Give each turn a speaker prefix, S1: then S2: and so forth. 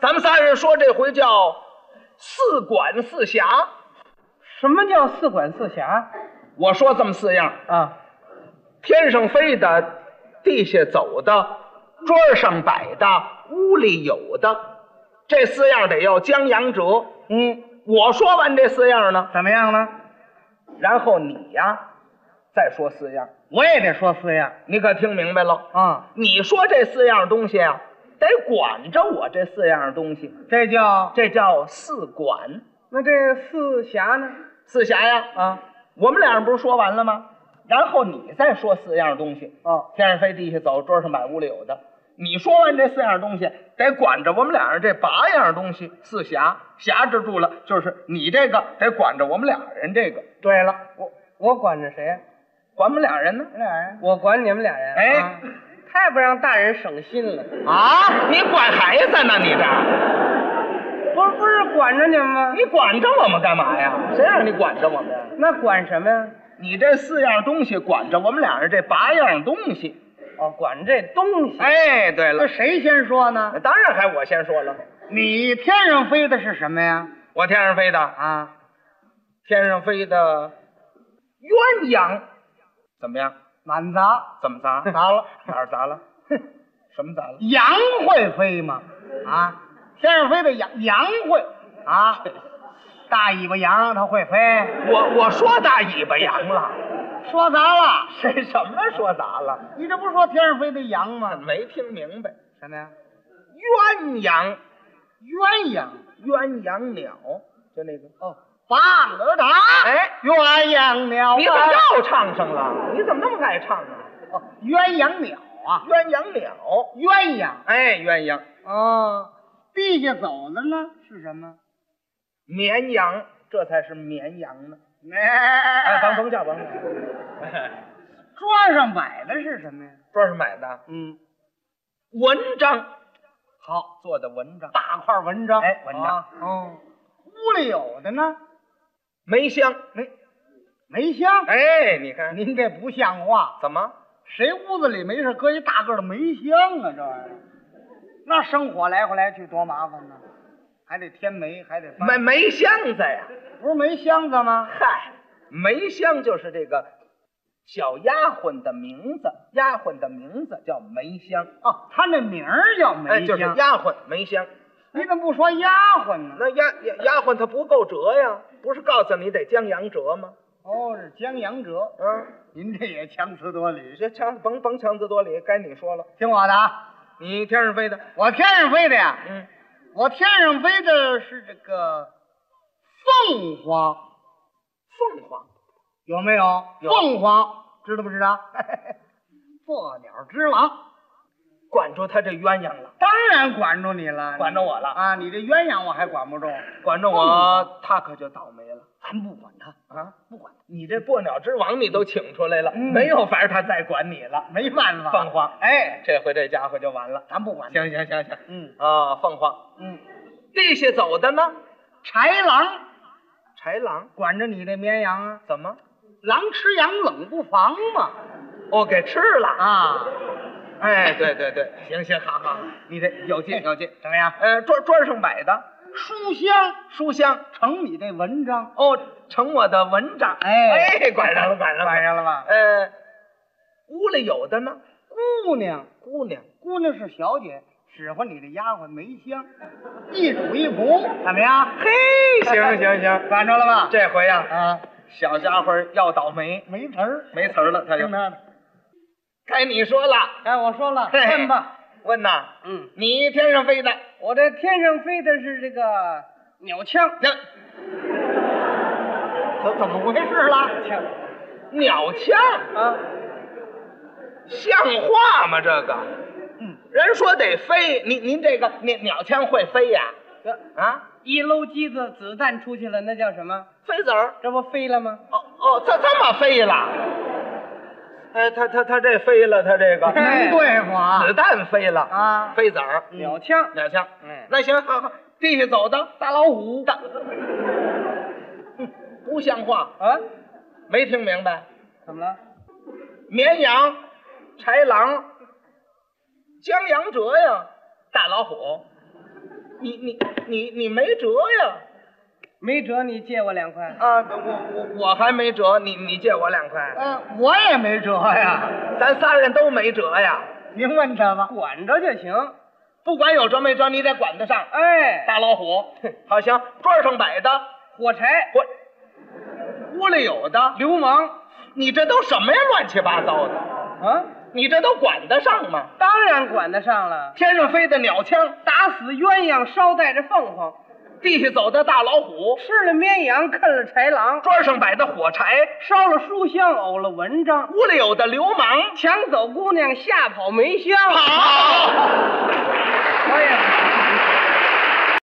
S1: 咱们仨人说这回叫四管四侠。
S2: 什么叫四管四侠
S1: 我说这么四样：
S2: 啊？
S1: 天上飞的，地下走的，桌上摆的，屋里有的，这四样得要江洋折。
S2: 嗯，
S1: 我说完这四样呢，
S2: 怎么样呢？
S1: 然后你呀，再说四样，
S2: 我也得说四样
S1: 你可听明白了？
S2: 啊，
S1: 你说这四样东西啊，得管着我这四样东西，
S2: 这叫
S1: 这叫四管
S2: 那这四侠呢？
S1: 四侠呀。
S2: 啊，
S1: 我们俩人不是说完了吗？然后你再说四样东西，
S2: 哦，
S1: 天上飞，地下走，桌上摆，屋里有的。你说完这四样东西，得管着我们俩人这八样东西，四侠侠制住了，就是你这个得管着我们俩人这个，
S2: 对了，我我管着谁呀？
S1: 管我们俩人呢？
S2: 俩人，我管你们俩人。
S1: 哎
S2: 啊太不让大人省心了。
S1: 啊，你管孩子呢？你这，
S2: 不是不是管着你们吗？
S1: 你管着我们干嘛呀？谁让你管着我们呀？
S2: 那管什么呀？
S1: 你这四样东西管着我们俩人这八样东西。
S2: 哦，管这东西。，
S1: 哎，呃对
S2: 那
S1: 了，
S2: 谁先说呢？
S1: 当然还我先说了，
S2: 你天上飞的是什么呀？
S1: 我天上飞的啊。
S2: 啊，
S1: 天上飞的鸳鸯，怎么样？
S2: 满砸
S1: 怎么 砸？
S2: 砸了。
S1: 哪儿砸了？什么砸了？
S2: 羊会飞吗？啊，天上飞的羊羊会 啊，大尾巴羊它会飞。
S1: 我我说大尾巴羊了，
S2: 说 砸了，
S1: 谁什么说砸了？
S2: 你这不是说天上飞的羊吗？
S1: 没听明白。
S2: 什么呀？
S1: 鸳鸯，
S2: 鸳鸯
S1: 鸳鸯鸟，就那个。
S2: 哦，八个打，
S1: 哎，
S2: 鸳鸯鸟啊，
S1: 你怎么又唱上了？你怎么那么爱唱啊？
S2: 哦鸳鸯鸟啊，
S1: 鸳鸯鸟，
S2: 鸳鸯
S1: 哎，鸳鸯，
S2: 哦，地下走的呢是什么？
S1: 绵羊，这才是绵羊呢。哎，
S2: 哎
S1: 甭甭叫，甭 叫。哎
S2: 桌上摆的是什么呀？
S1: 桌上买的
S2: 嗯，
S1: 文章，好做的文章。
S2: 大块文章，
S1: 哎文章
S2: 啊，哦，屋里有的呢，
S1: 梅香，梅，
S2: 梅香，
S1: 哎，你看
S2: 您这不像话，
S1: 怎么？
S2: 谁屋子里没事搁一大个的梅香啊？这玩意儿，那生火来回来去多麻烦呢，还得添煤，还得翻
S1: 梅梅香子呀？
S2: 不是梅香子吗？
S1: 嗨，梅香就是这个小丫鬟的名字，丫鬟的名字叫梅香，
S2: 哦，他那名儿叫梅香，
S1: 哎，就是丫鬟梅香。
S2: 你怎么不说丫鬟呢？
S1: 那丫丫丫鬟她不够折呀，不是告诉你得江洋折吗？
S2: 哦，是江阳哲，
S1: 啊，
S2: 您这也强词夺理。
S1: 这强甭甭强词夺理，该你说了。
S2: 听我的啊，
S1: 你天上飞的，
S2: 我天上飞的呀，
S1: 嗯，
S2: 我天上飞的是这个凤凰，
S1: 凤凰，
S2: 有没有？
S1: 有
S2: 凤凰知道不知道？ 破鸟之王，
S1: 管住他这鸳鸯了，
S2: 当然管住你了，
S1: 管着我了，
S2: 啊！你这鸳鸯我还管不住，
S1: 管着我，他可就倒霉了
S2: 咱不管他，
S1: 啊！
S2: 不管
S1: 你这破鸟之王你都请出来了，
S2: 嗯
S1: 没有法儿他再管你
S2: 他，
S1: 了。
S2: 没办法。
S1: 凤凰，
S2: 哎，
S1: 这回这家伙就完了。
S2: 咱不管他。
S1: 行行行行，
S2: 嗯
S1: 啊，凤凰，
S2: 嗯，
S1: 地下走的呢？
S2: 豺狼
S1: 豺狼
S2: 管着你这绵羊啊，
S1: 怎么？
S2: 狼吃羊冷不防嘛。
S1: 哦，给吃了。
S2: 啊，
S1: 哎，对对对，行行，好好，好你这有劲有劲。
S2: 怎么样？
S1: 呃，桌桌上摆的
S2: 书香
S1: 书香，
S2: 成你这文章，
S1: 哦，成我的文章。
S2: 哎
S1: 哎， 管上了，管上了，
S2: 晚上了吧？
S1: 呃，屋里有的呢，
S2: 姑娘，
S1: 姑娘，
S2: 姑娘是小姐，使唤你的丫鬟梅香，一主一仆，怎么样？
S1: 嘿，行行行，
S2: 管着了吧？
S1: 这回呀、
S2: 啊，
S1: 小家伙儿要倒霉，
S2: 没词儿，
S1: 没词儿了，他就
S2: 听他的。
S1: 该你说了。
S2: 哎，我说了，
S1: 嘿
S2: 问吧。
S1: 问呐，
S2: 嗯，
S1: 你天上飞的，
S2: 我这天上飞的是这个鸟枪，
S1: 那怎怎么回事啦？
S2: 枪
S1: 鸟枪
S2: 啊，
S1: 像话吗？这个
S2: 嗯，
S1: 人说得飞，您您这个鸟鸟枪会飞呀？
S2: 这
S1: 啊，
S2: 一搂机子，子弹出去了，那叫什么？
S1: 飞子儿，
S2: 这不飞了吗？
S1: 哦哦，这这么飞了？哎，他他他这飞了，他
S3: 哎
S1: 这个
S2: 能哎对付啊
S1: 子弹飞了
S2: 啊
S1: 飞子儿，
S2: 鸟枪，
S1: 鸟枪，
S2: 嗯
S1: 那行，好好，地下走的
S2: 大老虎
S1: 大，不像话，
S2: 啊？
S1: 没听明白？
S2: 怎么了？
S1: 绵羊、豺狼、江洋折呀，大老虎，你你你你没辙呀！
S2: 没辙，你借我两块。
S1: 啊，我我我还没辙，你你借我两块，
S3: 呃，我也没辙
S2: 哎
S3: 呀。
S1: 咱仨人都没辙呀。
S3: 您问他吧。
S2: 管着就行。
S1: 不管有辙没辙，你得管得上。
S2: 哎，
S1: 大老虎，好行，桌上摆的，
S2: 火柴，
S1: 我屋里有的，
S2: 流氓
S1: 你这都什么呀？乱七八糟的，
S2: 啊，
S1: 你这都管得上吗？
S2: 当然管得上了。
S1: 天上飞的鸟枪，
S2: 打死鸳鸯，捎带着凤凰，
S1: 地下走的大老虎，
S2: 吃了绵羊，啃了豺狼，
S1: 桌上摆的火柴，
S2: 烧了书香，呕了文章，
S1: 屋里有的流氓。
S2: 抢走姑娘，吓跑梅香。
S1: 好，
S2: 哎呀，